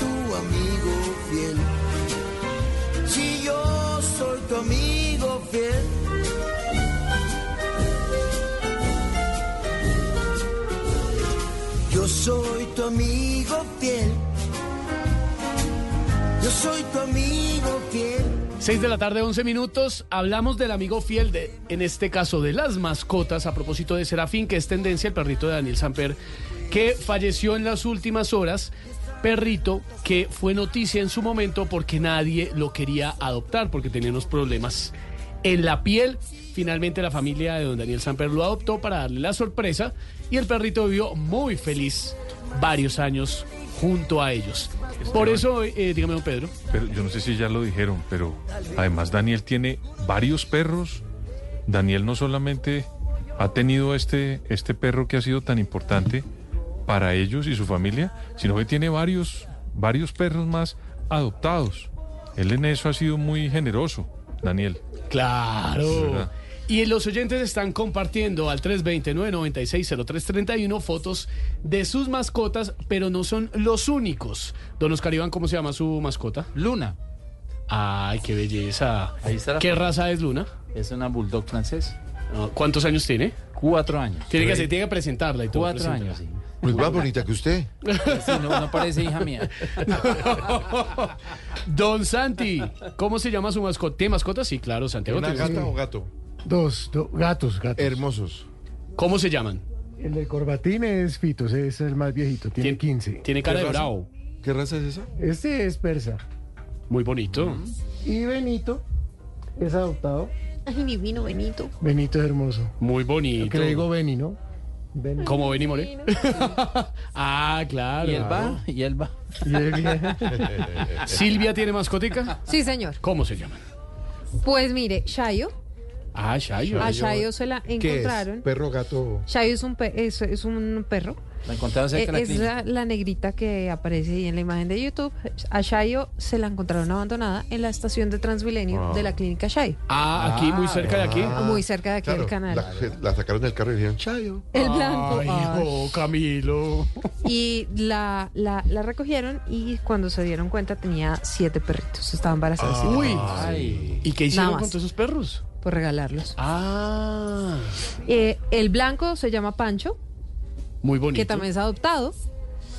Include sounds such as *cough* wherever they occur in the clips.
tu amigo fiel. Si yo soy tu amigo fiel. Yo soy tu amigo fiel. Yo soy tu amigo fiel. 6 de la tarde, 11 minutos. Hablamos del amigo fiel, de, en este caso de las mascotas, a propósito de Serafín, que es tendencia, el perrito de Daniel Samper, que falleció en las últimas horas. Perrito que fue noticia en su momento porque nadie lo quería adoptar, porque tenía unos problemas en la piel. Finalmente la familia de don Daniel Samper lo adoptó para darle la sorpresa y el perrito vivió muy feliz varios años junto a ellos. Por eso, eh, dígame don Pedro. Pero yo no sé si ya lo dijeron, pero además Daniel tiene varios perros. Daniel no solamente ha tenido este, este perro que ha sido tan importante para ellos y su familia, sino que tiene varios, varios perros más adoptados. Él en eso ha sido muy generoso, Daniel. Es Claro. verdad. Y los oyentes están compartiendo al 320-996-0331 fotos de sus mascotas, pero no son los únicos. Don Oscar Iván, ¿cómo se llama su mascota? Luna Ay, qué belleza. Ahí está la ¿Qué foto. raza es Luna? es una bulldog francés. No, ¿Cuántos años tiene? Cuatro años. Tiene que, hacer- tiene que presentarla y todo. Cuatro preséntela. años, sí. Pues Pues más bonita que usted. Sí, no, no parece hija mía. Don Santi, ¿cómo se llama su mascota? ¿Tiene mascota? Sí, claro, Santiago. ¿Una tiene- gata o gato? Dos, do- gatos, gatos. Hermosos. ¿Cómo se llaman? El del corbatín es Fito, ese es el más viejito, tiene 15. Tiene cara de ¿Qué raza? bravo. ¿Qué raza es esa? Este es persa. Muy bonito. Y Benito es adoptado. Ay, divino Benito. Benito es hermoso. Muy bonito. Que le digo Beni, *laughs* ¿no? Beni. Como Benny Moré. eh? *laughs* ah, claro. Y él va, y él va. Y él viene- ¿Silvia tiene mascotica? Sí, señor. ¿Cómo se llaman? Pues mire, Shayo. Ah, Shayo. A Shayo se la ¿Qué es? encontraron. ¿Perro, gato? Shayo es un, pe- es, es un perro. La encontraron cerca de Eh, la es clínica. la, la negrita que aparece ahí en la imagen de YouTube. A Shayo se la encontraron abandonada en la estación de Transmilenio de la clínica Shayo. Ah, aquí, muy cerca de aquí. muy cerca de aquí Claro, del canal. La, la sacaron del carro y le dijeron, Chayo. El blanco. Ay, ay. hijo, Camilo. Y la, la, la recogieron y cuando se dieron cuenta tenía siete perritos. Estaba embarazada. sí, Uy. Ay. ¿Y qué Nada hicieron más. con todos esos perros? Por regalarlos. Ah, Eh, el blanco se llama Pancho, muy bonito. que también es adoptado.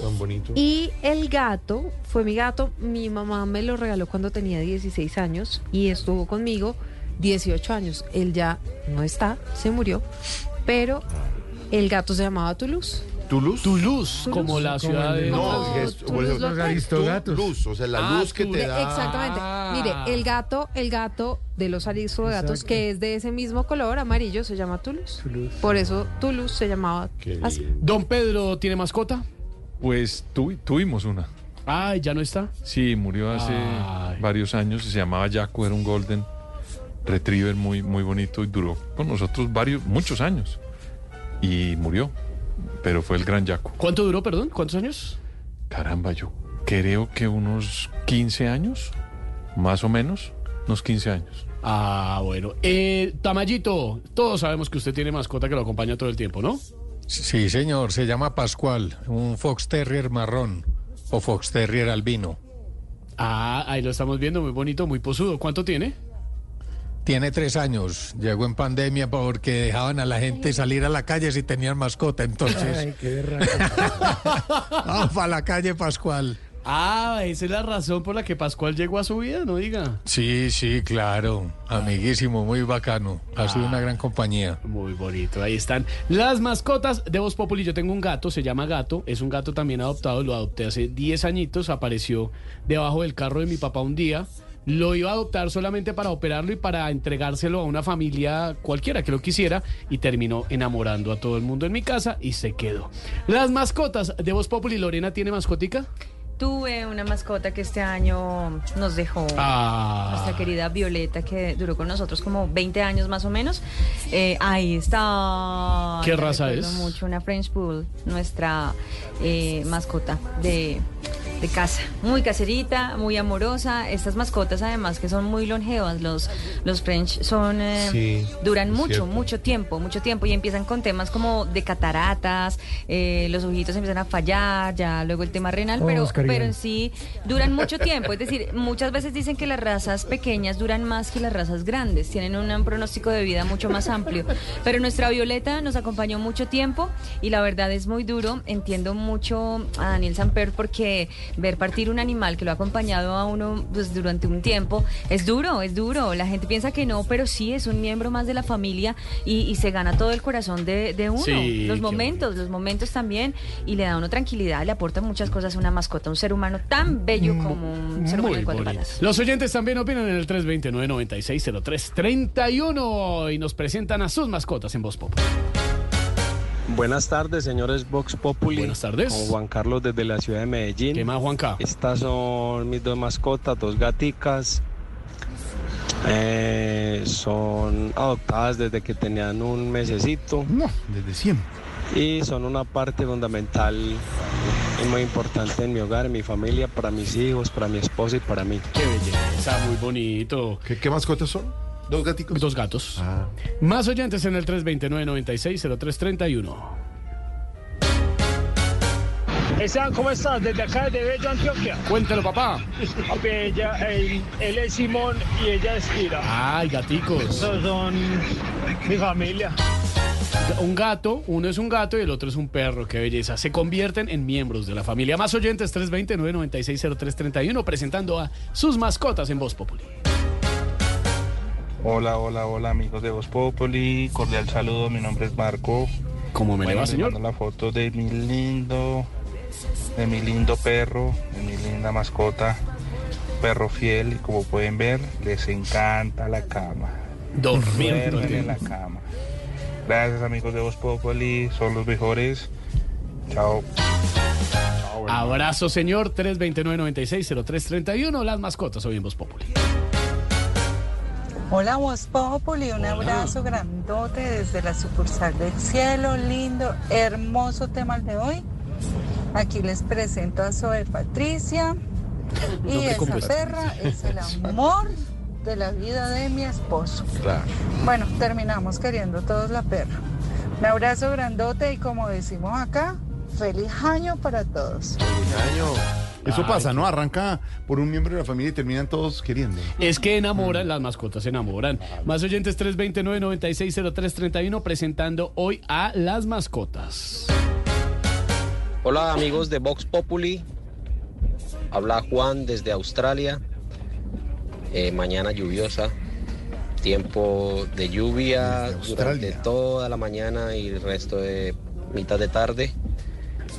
Tan bonito. Y el gato fue mi gato. Mi mamá me lo regaló cuando tenía 16 años y estuvo conmigo 18 años. Él ya no está, se murió. Pero el gato se llamaba Toulouse. ¿Toulouse? Toulouse, Toulouse. como la Como ciudad el de... de- No, Como es que es- Toulouse es- Los Los Tu aristogatos. luz, o sea, la Ah, luz que tu- te da. Exactamente. Ah. Mire, el gato, el gato de los aristogatos, Exacto. que es de ese mismo color amarillo, se llama Toulouse. Toulouse. Por eso Toulouse se llamaba Qué así. lindo. ¿Don Pedro tiene mascota? Pues tuvi- tuvimos una. Ay, ya no está. Sí, murió hace Ay. varios años y se llamaba Jaco, era un golden retriever muy, muy bonito y duró con nosotros varios, muchos años. Y murió, pero fue el gran Jaco. ¿Cuánto duró, perdón? ¿Cuántos años? Caramba, yo creo que unos 15 años, más o menos, unos 15 años. Ah, bueno. Eh, Tamayito, todos sabemos que usted tiene mascota que lo acompaña todo el tiempo, ¿no? Sí, señor, se llama Pascual, un fox terrier marrón o fox terrier albino. Ah, ahí lo estamos viendo, muy bonito, muy posudo. ¿Cuánto tiene? Tiene tres años, llegó en pandemia porque dejaban a la gente salir a la calle si tenían mascota, entonces *laughs* Ay, qué raro. vamos a la calle Pascual. Ah, esa es la razón por la que Pascual llegó a su vida, no diga. Sí, sí, claro, amiguísimo, muy bacano, ha sido una gran compañía. Muy bonito, ahí están las mascotas de Voz Populi. Yo tengo un gato, se llama Gato, es un gato también adoptado, lo adopté hace 10 añitos, apareció debajo del carro de mi papá un día. Lo iba a adoptar solamente para operarlo y para entregárselo a una familia cualquiera que lo quisiera y terminó enamorando a todo el mundo en mi casa y se quedó. Las mascotas de Voz Populi, Lorena tiene mascotica? tuve una mascota que este año nos dejó. Nuestra Ah, querida Violeta, que duró con nosotros como 20 años más o menos. Eh, ahí está. ¿Qué la raza recuerdo es? Mucho, una French Poodle, nuestra eh, mascota de, de casa. Muy caserita, muy amorosa. Estas mascotas, además, que son muy longevas. Los, los French son. eh, Sí, duran es mucho, cierto. mucho tiempo, mucho tiempo. Y empiezan con temas como de cataratas, eh, los ojitos empiezan a fallar, ya luego el tema renal. Oh, pero, Oscarina. pero en sí duran mucho tiempo. Es decir, muchas veces dicen que las razas pequeñas duran más que las razas grandes, tienen un pronóstico de vida mucho más amplio. Pero nuestra Violeta nos acompañó mucho tiempo y la verdad es muy duro. Entiendo mucho a Daniel Samper porque ver partir un animal que lo ha acompañado a uno pues, durante un tiempo es duro, es duro. La gente piensa que no, pero sí es un miembro más de la familia y, y se gana todo el corazón de, de uno. Sí, Los qué momentos momentos, los momentos también, y le da a uno tranquilidad, le aporta muchas cosas a una mascota, un ser humano tan bello como un ser humano Mm, muy de cuatro bonito. patas. Los oyentes también opinan en el 329-9603-31 y nos presentan a sus mascotas en Voz Pop. Buenas tardes, señores Vox Populi. Buenas tardes. Como Juan Carlos desde la ciudad de Medellín. ¿Qué más, Juanca? Estas son mis dos mascotas, dos gaticas. Eh, son adoptadas desde que tenían un mesecito No, desde siempre. y son una parte fundamental y muy importante en mi hogar, en mi familia, para mis hijos, para mi esposa y para mí. Qué belleza, muy bonito. ¿Qué, qué mascotas son? ¿Dos gaticos? Dos gatos. Ah, Más oyentes en el 329-9603-31. Esa, ¿cómo estás? Desde acá, desde Bello, Antioquia. Cuéntelo, papá. él es Simón y ella es Kira. Ay, gaticos. son mi familia. Un gato, uno es un gato y el otro es un perro. Qué belleza. Se convierten en miembros de la familia. Más oyentes 329-9603-31 presentando a sus mascotas en Voz Populi. Hola, hola, hola amigos de Voz Populi, cordial saludo, mi nombre es Marco. ¿Cómo me le Bueno, va, les señor? mando la foto de mi lindo, de mi lindo perro, de mi linda mascota, perro fiel, y como pueden ver, les encanta la cama. Dormir. Duermen en la cama. Gracias amigos de Voz Populi, son los mejores. Chao. Abrazo, señor. 329-9603-31. Las mascotas hoy en Voz Populi. Hola Voz Populi, un abrazo grandote desde la sucursal del cielo, lindo, hermoso tema el de hoy. Aquí les presento a Zoe Patricia y Nombre esa completo. perra es el amor de la vida de mi esposo. claro. Bueno, terminamos queriendo todos la perra. Un abrazo grandote y como decimos acá, feliz año para todos. Año. Eso Ay, pasa, ¿no? Arranca por un miembro de la familia y terminan todos queriendo. Es que enamoran, las mascotas enamoran. Más oyentes 329-9603-31 presentando hoy a las mascotas. Hola amigos de Vox Populi, habla Juan desde Australia. Eh, mañana lluviosa, tiempo de lluvia Desde Australia. durante toda la mañana y el resto de mitad de tarde.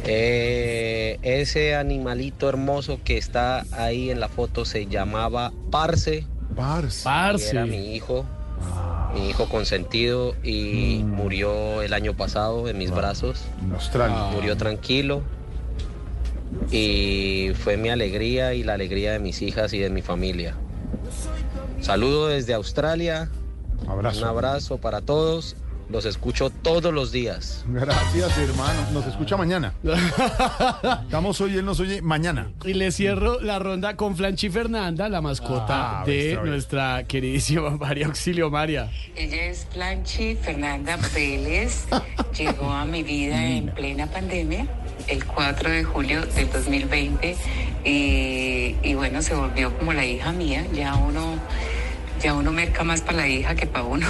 Eh, ese animalito hermoso que está ahí en la foto se llamaba Parse, Parce. y era Parce. mi hijo, mi hijo consentido y murió el año pasado en mis brazos Ah. En Australia. murió tranquilo y fue mi alegría y la alegría de mis hijas y de mi familia. Saludo desde Australia, Abrazo. un abrazo para todos, los escucho todos los días. Gracias, hermano. Nos escucha *laughs* mañana. Estamos hoy, él nos oye mañana. Y le cierro la ronda con Flanchi Fernanda, la mascota Ah, de esta vez. nuestra queridísima *laughs* María Auxilio María. Ella es Planchi Fernanda Vélez. Llegó a mi vida en plena pandemia, el 4 de julio del 2020. Y, y bueno, se volvió como la hija mía. Ya uno, ya uno merca más para la hija que para uno.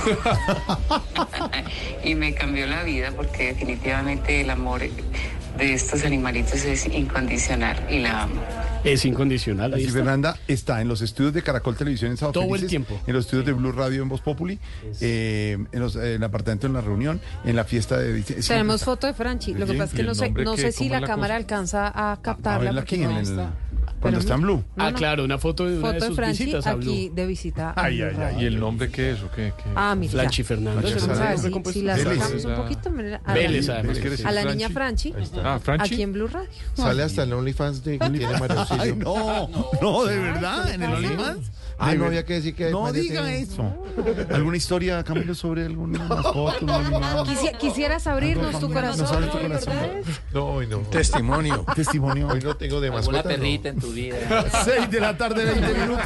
y me cambió la vida porque definitivamente el amor de estos animalitos es incondicional y la amo. Es incondicional. ahí Así está. Fernanda está en los estudios de Caracol Televisión en Sábado Todo el Felices, tiempo. En los estudios de Blue Radio en Voz Populi, eh, en, los- en el apartamento en la reunión, en la fiesta de diciembre. Tenemos foto de Franchi. Lo que Bien, pasa es ¿y que el no sé, nombre no qué? sé si ¿Cómo la es la cámara cosa? alcanza a A captarla. verla porque aquí en no el- está. Cuando está en Blue. Ah, claro, una foto de una Foto de de sus Franci visitas a Blue. aquí de visita. a Ay, Blue ay, Radio. ay. ¿Y el nombre qué es o qué? qué? Ah, mira. Flanchi Fernández. Entonces, vamos a ver si- si, la Vélez. sacamos un poquito. mira, A, Vélez, la, además, a quiere decir la Franchi. niña Franchi. Ah, Franchi. Aquí en Blue Radio. Sale hasta el OnlyFans *laughs* de que tiene María Auxilio. Ay, no, no, de verdad, en el OnlyFans. Ah, De no ver- había que decir que No María diga tiene- eso. *laughs* ¿Alguna historia, Camilo, sobre alguna foto? Quisi- quisieras abrirnos tu corazón. Nos abre tu ¿no? corazón. ¿Verdad? No, hoy no. Testimonio. Testimonio. Hoy no tengo de Alguna mascota. no. perrita en tu vida. 6 de la tarde, 20 minutos.